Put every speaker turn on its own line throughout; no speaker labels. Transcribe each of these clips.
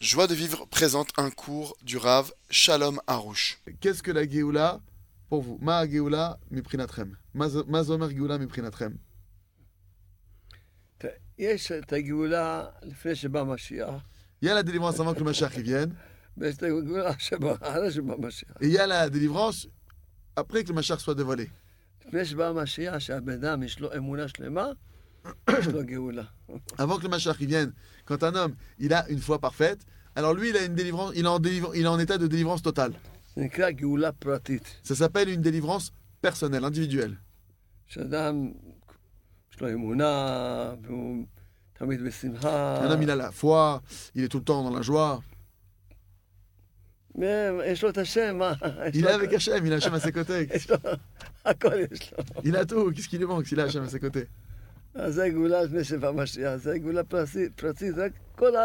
Joie de vivre présente un cours du Rav Shalom Harouche.
Qu'est-ce que la Géoula pour vous Ma Géoula miprinatrem. Ma zo- ma zomer Géoula miprinatrem.
ת- יש את הגאולה לפני שבא משיח,
Il y a la délivrance avant que le Mashiach y vienne,
ויש את הגאולה שבא, אחרי שבא משיח.
et il y a la délivrance après que le Mashiach soit dévoilé.
לפני שבא משיח, שהבן אדם יש לו אמונה שלמה, יש לו גאולה.
Avant que le Mashiach y vienne, quand un homme il a une foi parfaite, alors lui il a une délivrance, il est en, délivre- il est en état de délivrance totale.
זה נקרא גאולה פרטית.
Ça s'appelle une délivrance personnelle, individuelle.
שאדם, יש לו אמונה, והוא תמיד בשמחה.
Un homme il a la foi, il est tout le temps dans la joie.
יש לו את השם, מה? יש
Il
לו
est
הכל.
avec Hachem, il a Hachem à ses côtés.
יש לו, הכל יש לו.
Il a tout, qu'est-ce qu'il lui manque s'il a Hachem à ses côtés
אז זה גאולה לפני שבא משיח, זה גאולה פרסי- פרטית, רק כל ה...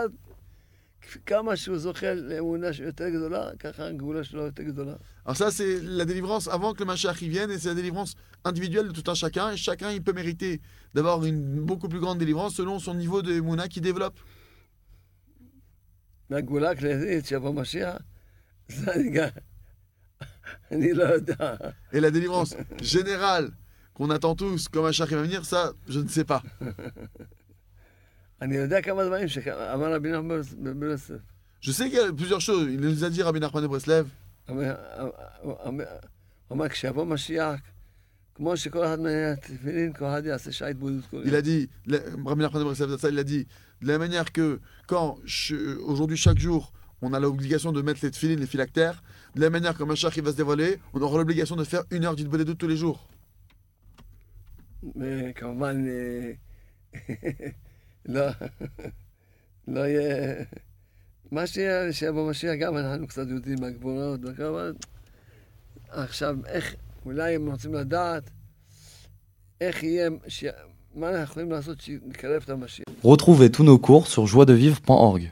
כמה שהוא זוכה לאמונה שיותר גדולה, ככה הגאולה שלו יותר גדולה.
Alors ça, c'est la délivrance avant que le Mashiach y vienne, et c'est la délivrance individuelle de tout un chacun. Et chacun, il peut mériter d'avoir une beaucoup plus grande délivrance selon son niveau de Mouna qu'il développe.
והגאולה הכללית שיבוא משיח, זה אני גם... אני לא יודע.
Et la délivrance générale qu'on attend tous quand Mashiach il va venir, ça, je ne sais pas.
אני יודע כמה דברים שאמר רבי נחמן בן יוסף.
Je sais qu'il y a plusieurs choses. Il nous a dit, Rabbi Nachman de Breslev,
אמר- אמר- אמר- הוא אמר, כשיבוא משיח, כמו שכל אחד מהתפילין, כל אחד יעשה שעה התבודדות כל
il a dit, le- Rabbi Nachman de Breslev, ça, il a dit, de la même manière que quand, je- aujourd'hui, chaque jour, on a l'obligation de mettre les tefillines, les phylactères, de la même manière que Mashiach il va se dévoiler, on aura l'obligation de faire une heure d'Hitbodedut tous les jours.
וכמובן, אה, לא, לא יהיה... מה שיהיה, שיבוא משיח, גם אנחנו קצת יודעים מהגבולות, אבל עכשיו, איך, אולי הם רוצים לדעת איך יהיה, ש... מה אנחנו יכולים לעשות שנקרב את המשיח.
Retrouvez tous nos cours sur joiedevivre.org.